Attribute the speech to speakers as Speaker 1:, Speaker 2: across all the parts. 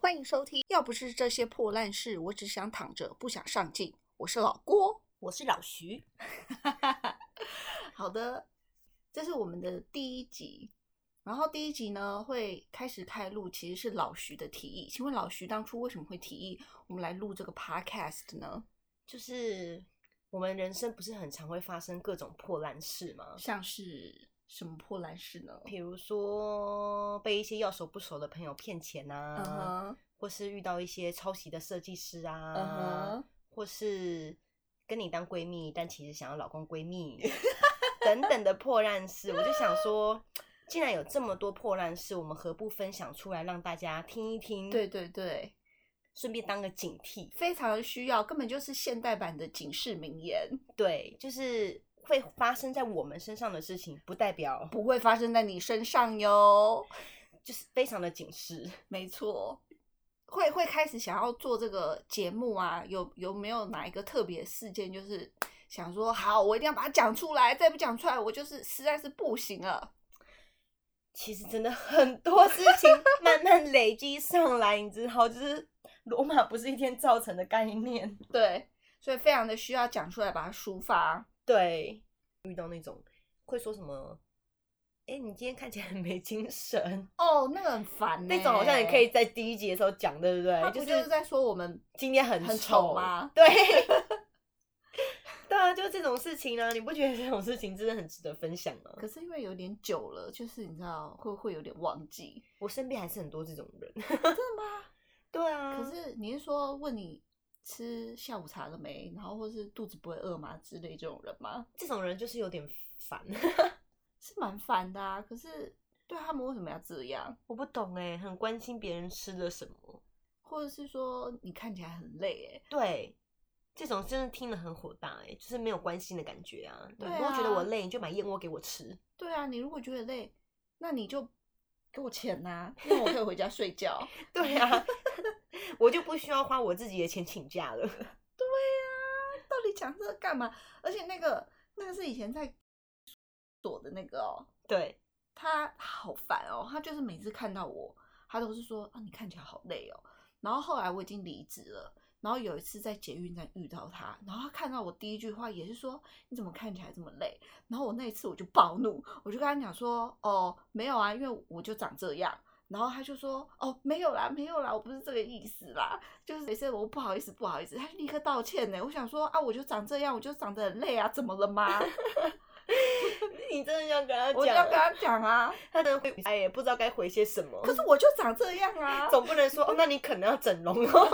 Speaker 1: 欢迎收听。要不是这些破烂事，我只想躺着，不想上进。我是老郭。
Speaker 2: 我是老徐，
Speaker 1: 好的，这是我们的第一集。然后第一集呢，会开始开录，其实是老徐的提议。请问老徐当初为什么会提议我们来录这个 podcast 呢？
Speaker 2: 就是我们人生不是很常会发生各种破烂事吗？
Speaker 1: 像是什么破烂事呢？
Speaker 2: 比如说被一些要熟不熟的朋友骗钱
Speaker 1: 嗯
Speaker 2: 啊
Speaker 1: 哼，
Speaker 2: 或是遇到一些抄袭的设计师啊
Speaker 1: 嗯哼，
Speaker 2: 或是跟你当闺蜜，但其实想要老公闺蜜等等的破烂事，我就想说，既然有这么多破烂事，我们何不分享出来让大家听一听？
Speaker 1: 对，对对，
Speaker 2: 顺便当个警惕。
Speaker 1: 非常需要，根本就是现代版的警示名言，
Speaker 2: 对，就是会发生在我们身上的事情，不代表
Speaker 1: 不会发生在你身上哟。
Speaker 2: 就是非常的警示。
Speaker 1: 没错，会会开始想要做这个节目啊？有有没有哪一个特别事件，就是想说好，我一定要把它讲出来，再不讲出来，我就是实在是不行了。
Speaker 2: 其实真的很多事 情慢慢累积上来，你知道，就是罗马不是一天造成的概念。
Speaker 1: 对，所以非常的需要讲出来，把它抒发。
Speaker 2: 对，遇到那种会说什么？哎、你今天看起来很没精神，
Speaker 1: 哦，那个很烦、欸，
Speaker 2: 那种好像也可以，在第一集的时候讲，对不
Speaker 1: 他
Speaker 2: 对？
Speaker 1: 不就是
Speaker 2: 是
Speaker 1: 在说我们
Speaker 2: 今天很
Speaker 1: 很丑
Speaker 2: 丑
Speaker 1: 吗
Speaker 2: 对， 对啊，就是这种事情呢、你不觉得这种事情真的很值得分享吗？
Speaker 1: 可是因为有点久了，就是你知道会会有点忘记。
Speaker 2: 我身边还是很多这种人。真的吗？ 对啊。
Speaker 1: 可是你是说问你吃下午茶了没，然后或是肚子不会饿吗之类这种人吗？
Speaker 2: 这种人就是有点烦，
Speaker 1: 是蛮烦的啊。可是对他们为什么要这样？
Speaker 2: 我不懂哎、很关心别人吃了什么。
Speaker 1: 或者是说你看起来很累、欸，
Speaker 2: 对，这种真的听了很火大哎、就是没有关心的感觉啊。
Speaker 1: 对
Speaker 2: 你如果觉得
Speaker 1: 啊
Speaker 2: 我累，你就买燕窝给我吃。
Speaker 1: 对啊，你如果觉得累，那你就给我钱呐、那我可以回家睡觉。
Speaker 2: 对啊， 我就不需要花我自己的钱请假了。
Speaker 1: 到底讲这个干嘛？而且那个那个是以前在所的那个哦，
Speaker 2: 对，
Speaker 1: 他好烦哦，他就是每次看到我，他都是说啊你看起来好累哦。然后后来我已经离职了。然后有一次在捷运站遇到他，然后他看到我第一句话也是说你怎么看起来这么累？然后我那一次我就暴怒，我就跟他讲说哦没有啊，因为我就长这样。然后他就说哦没有啦没有啦，我不是这个意思啦，就是没事，我不好意思不好意思。他就立刻道歉呢。我想说啊我就长这样，我就长得很累啊，怎么了 吗？
Speaker 2: 你真的要跟他
Speaker 1: 我就要跟他讲
Speaker 2: 讲，
Speaker 1: 啊，
Speaker 2: 他真的会哎也不知道该回些什么
Speaker 1: 可。是我就长这样啊。
Speaker 2: 总不能 说哦，那你可能要整容哦。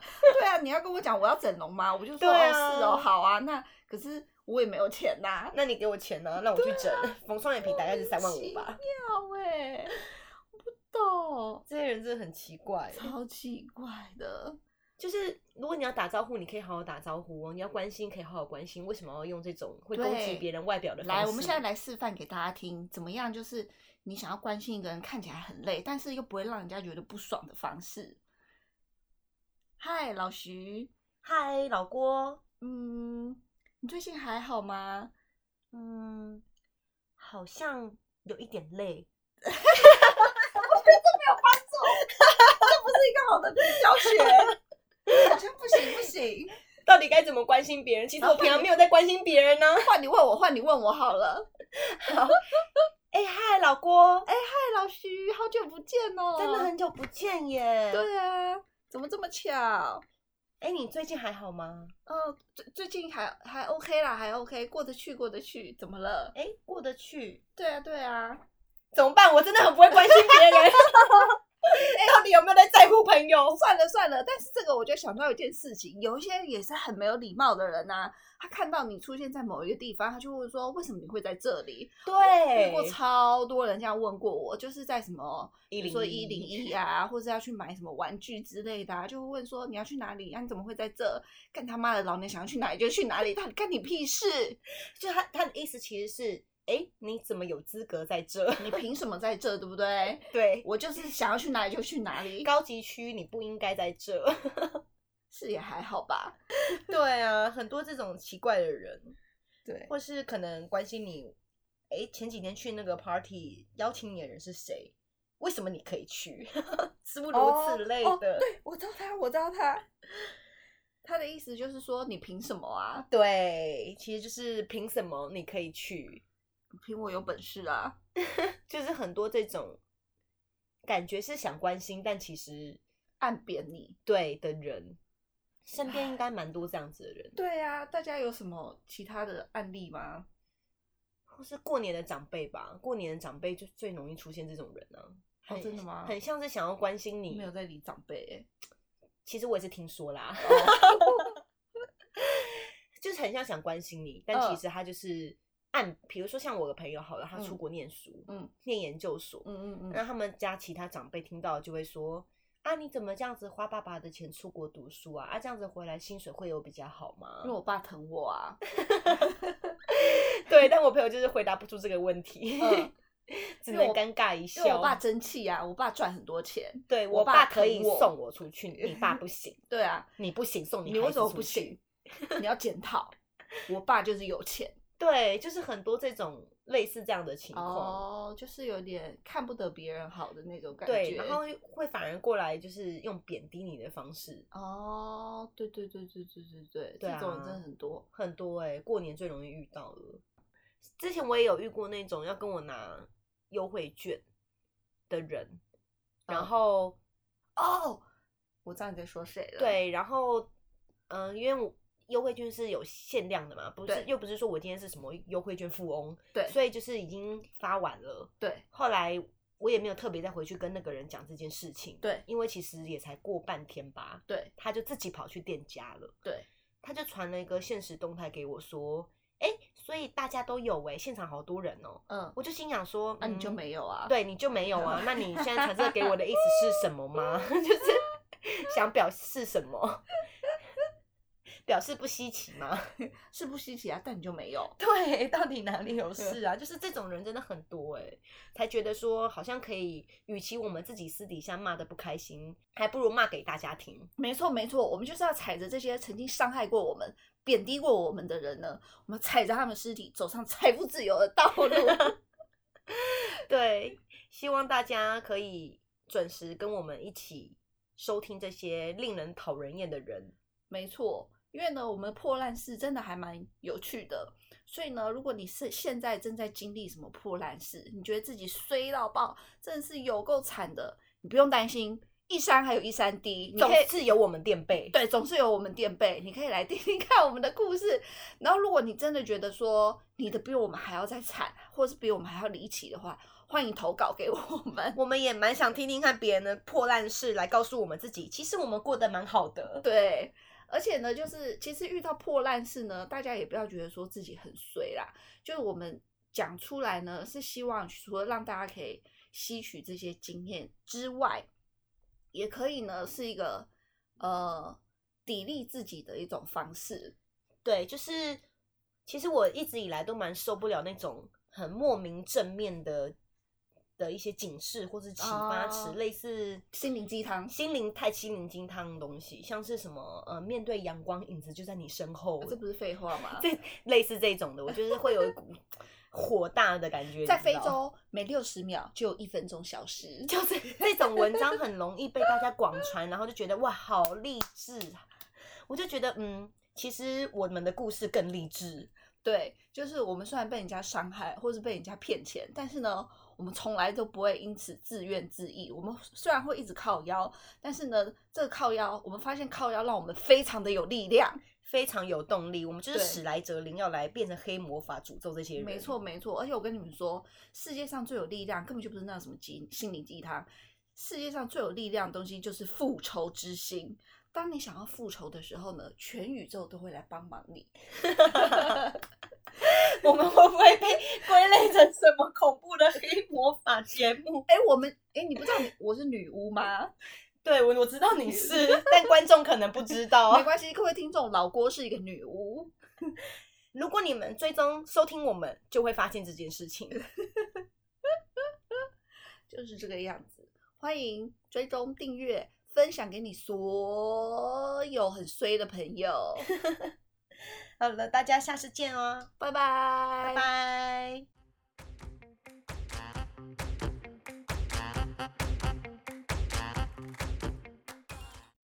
Speaker 1: 对啊，你要跟我讲我要整容吗？我就说、
Speaker 2: 对啊
Speaker 1: 哦是哦，好啊，那可是我也没有钱呐、
Speaker 2: 那你给我钱呢、那我去整。缝双眼皮大概是三万五
Speaker 1: 莫
Speaker 2: 吧
Speaker 1: 名。妙哎、我不懂，
Speaker 2: 这些人真的很奇怪。
Speaker 1: 超奇怪的。
Speaker 2: 就是如果你要打招呼，你可以好好打招呼哦；你要关心，可以好好关心。为什么要用这种会攻
Speaker 1: 对
Speaker 2: 击别人外表的方式？
Speaker 1: 来，我们现在来示范给大家听，怎么样？就是你想要关心一个人看起来很累，但是又不会让人家觉得不爽的方式。嗨，老徐，
Speaker 2: 嗨，老郭，
Speaker 1: 嗯，你最近还好吗？
Speaker 2: 嗯，好像有一点累。
Speaker 1: 这个好的教学， 好像不行不行。
Speaker 2: 到底该怎么关心别人？其实我平常没有在关心别人呢、
Speaker 1: 换你问我，换你问我好了。
Speaker 2: 哎、嗨，老郭，哎、
Speaker 1: 嗨，老徐，好久不见哦！
Speaker 2: 真的很久不见耶。
Speaker 1: 对啊，怎么这么巧？
Speaker 2: 哎、你最近还好吗？
Speaker 1: 嗯，最最近还还 OK 啦，还 OK，过得去，过得去。怎么了？
Speaker 2: 哎、过得去？
Speaker 1: 对啊，对啊，
Speaker 2: 怎么办？我真的很不会关心别人。 哎到底有没有在在乎朋友？
Speaker 1: 算了算了。但是这个我就想到一件事情，有一些也是很没有礼貌的人啊，他看到你出现在某一个地方，他就会说为什么你会在这里？ 遇
Speaker 2: 对，
Speaker 1: 过超多人这样问过我，就是在什么比如说一
Speaker 2: 101
Speaker 1: 零一啊，或者要去买什么玩具之类的、啊，就会问说你要去哪里？啊，你怎么会在这？干他妈的，老娘想要去哪里就去哪里，到底干你屁事？
Speaker 2: 就他他的意思其实是，哎，你怎么有资格在这？
Speaker 1: 你凭什么在这？对不对？
Speaker 2: 对，
Speaker 1: 我就是想要去哪里就去哪里，
Speaker 2: 高级区你不应该在这。
Speaker 1: 是也还好吧。
Speaker 2: 对啊，很多这种奇怪的人，
Speaker 1: 对，
Speaker 2: 或是可能关心你哎，前几天去那个 party 邀请你的人是谁？为什么你可以去？ 诸如此类的。
Speaker 1: 哦哦对，我知道他，我知道他。 他的意思就是说，你凭什么啊？
Speaker 2: 对，其实就是凭什么你可以去？
Speaker 1: 凭我有本事啊！
Speaker 2: 就是很多这种感觉是想关心，但其实
Speaker 1: 暗贬你。
Speaker 2: 对的人，身边应该蛮多这样子的人，
Speaker 1: 对啊，大家有什么其他的案例吗？
Speaker 2: 或是过年的长辈吧。过年的长辈就最容易出现这种人啊。
Speaker 1: 哦，
Speaker 2: 很
Speaker 1: 真的吗？
Speaker 2: 很像是想要关心你
Speaker 1: 没。有在理长辈、欸。
Speaker 2: 其实我也是听说啦，
Speaker 1: 哦
Speaker 2: 就是很像想关心你，但
Speaker 1: 嗯
Speaker 2: 其实他就是按，比如说像我的朋友好了，他出
Speaker 1: 嗯
Speaker 2: 国念书，
Speaker 1: 嗯
Speaker 2: 念研究所，
Speaker 1: 嗯嗯
Speaker 2: 那他们家其他长辈听到就会说。啊，你怎么这样子花爸爸的钱出国读书啊？啊，这样子回来薪水会有比较好吗
Speaker 1: 因为？我爸疼我啊。
Speaker 2: 对，但我朋友就是回答不出这个问题，
Speaker 1: 嗯
Speaker 2: 只
Speaker 1: 因为
Speaker 2: 能
Speaker 1: 我
Speaker 2: 尴尬一
Speaker 1: 因为
Speaker 2: 笑。
Speaker 1: 我爸争气啊，我爸赚很多钱。
Speaker 2: 对
Speaker 1: 我
Speaker 2: 我
Speaker 1: 爸
Speaker 2: 爸可
Speaker 1: 疼
Speaker 2: 以
Speaker 1: 我
Speaker 2: 送我出去，你 爸不行，
Speaker 1: 对啊，
Speaker 2: 你不行，送你
Speaker 1: 你
Speaker 2: 孩
Speaker 1: 为
Speaker 2: 子
Speaker 1: 什么
Speaker 2: 出
Speaker 1: 不
Speaker 2: 去
Speaker 1: 行？你要检讨。我爸就是有钱
Speaker 2: 对，就是很多这种类似这样的情况。
Speaker 1: 哦，就是有点看不得别人好的那种感觉。
Speaker 2: 对，然后会反而过来就是用贬低你的方式，
Speaker 1: 哦，对对对对对对对，
Speaker 2: 对
Speaker 1: 这种人
Speaker 2: 啊
Speaker 1: 真的很多。
Speaker 2: 很多哎、过年最容易遇到了。之前我也有遇过那种要跟我拿优惠券的人，然
Speaker 1: 嗯
Speaker 2: 后、
Speaker 1: 哦，我知道你在说谁了。，
Speaker 2: 对，然后嗯、呃因为我优惠券是有限量的嘛，不是
Speaker 1: 对
Speaker 2: 又不是说我今天是什么优惠券富翁，
Speaker 1: 对
Speaker 2: 所以就是已经发完了。
Speaker 1: 对
Speaker 2: 后来我也没有特别再回去跟那个人讲这件事情，
Speaker 1: 对
Speaker 2: 因为其实也才过半天吧，
Speaker 1: 对
Speaker 2: 他就自己跑去店家了。
Speaker 1: 对，
Speaker 2: 他就传了一个现实动态给我说，哎、所以大家都有哎、现场好多人哦、
Speaker 1: 嗯，
Speaker 2: 我就心想说，
Speaker 1: 那你就
Speaker 2: 嗯
Speaker 1: 没有啊？
Speaker 2: 对，你就没有啊？那你现在传这个给我的意思是什么吗？ 就是想表示什么？ 表示不稀奇吗？
Speaker 1: 是不稀奇啊，但你就没有。
Speaker 2: 对，到底哪 里有事啊？就是这种人真的很多哎、才觉得说好像可以，与其我们自己私底下骂的不开心，还不如骂给大家听。
Speaker 1: 没错没错，我们就是要踩着这些曾经伤害过我们、贬低过我们的人呢，我们踩着他们尸体走上财富自由的道路。
Speaker 2: 对，希望大家可以准时跟我们一起收听这些令人讨人厌的人。
Speaker 1: 没错，因为呢，我们破烂事真的还蛮有趣的，所以呢，如果你是现在正在经历什么破烂事，你觉得自己衰到爆，真的是有够惨的，你不用担心，一山还有一山低，你
Speaker 2: 总
Speaker 1: 可以
Speaker 2: 是有我们垫背。
Speaker 1: 对，总是有我们垫背，你可以来听听看我们的故事。然后，如果你真的觉得说你的比我们还要再惨，或是比我们还要离奇的话，欢迎投稿给我们。
Speaker 2: 我们也蛮想听听看别人的破烂事，来告诉我们自己，其实我们过得蛮好的。
Speaker 1: 对，而且呢，就是其实遇到破烂事呢，大家也不要觉得说自己很衰啦，就是我们讲出来呢，是希望除了让大家可以吸取这些经验之外，也可以呢是一个呃砥砺自己的一种方式。
Speaker 2: 对，就是其实我一直以来都蛮受不了那种很莫名正面的的一些警示或是启发词，
Speaker 1: 哦
Speaker 2: 类似
Speaker 1: 心灵鸡汤
Speaker 2: 心灵太心灵鸡汤的东西，像是什么呃，面对阳光，影子就在你身后，
Speaker 1: 啊这不是废话吗？
Speaker 2: 这类似这种的，我就是会有 一股火大的感觉。
Speaker 1: 在
Speaker 2: 你知
Speaker 1: 非
Speaker 2: 道
Speaker 1: 洲，每六十秒就有一分钟消失。
Speaker 2: 就是这种文章很容易被大家广传，然后就觉得哇，好励志啊！我就觉得，嗯，其实我们的故事更励志。
Speaker 1: 对，就是我们虽然被人家伤害，或是被人家骗钱，但是呢，我们从来都不会因此自怨自艾。我们虽然会一直靠腰，但是呢，这个靠腰，我们发现靠腰让我们非常的有力量。
Speaker 2: 非常有动力，我们就是
Speaker 1: 对
Speaker 2: 史莱哲林要来变成黑魔法诅咒这些人，
Speaker 1: 没错，没错。而且我跟你们说，世界上最有力量根本就不是那什么鸡心灵鸡汤，世界上最有力量的东西就是复仇之心。当你想要复仇的时候呢，全宇宙都会来帮忙你。
Speaker 2: 我们会不会 被归类成什么恐怖的黑魔法节目？
Speaker 1: 哎、我们哎、你不知道你我是女巫吗？
Speaker 2: 对，我我知道你是， 但观众可能不知道
Speaker 1: 没。关系，各位听众，老郭是一个女巫。
Speaker 2: 如果你们追踪收听我们，就会发现这件事 情。
Speaker 1: 就是这个样子。欢迎追踪订阅，分享给你所有很衰的朋友。
Speaker 2: 好了，大家下次见哦，
Speaker 1: 拜拜，
Speaker 2: 拜。拜。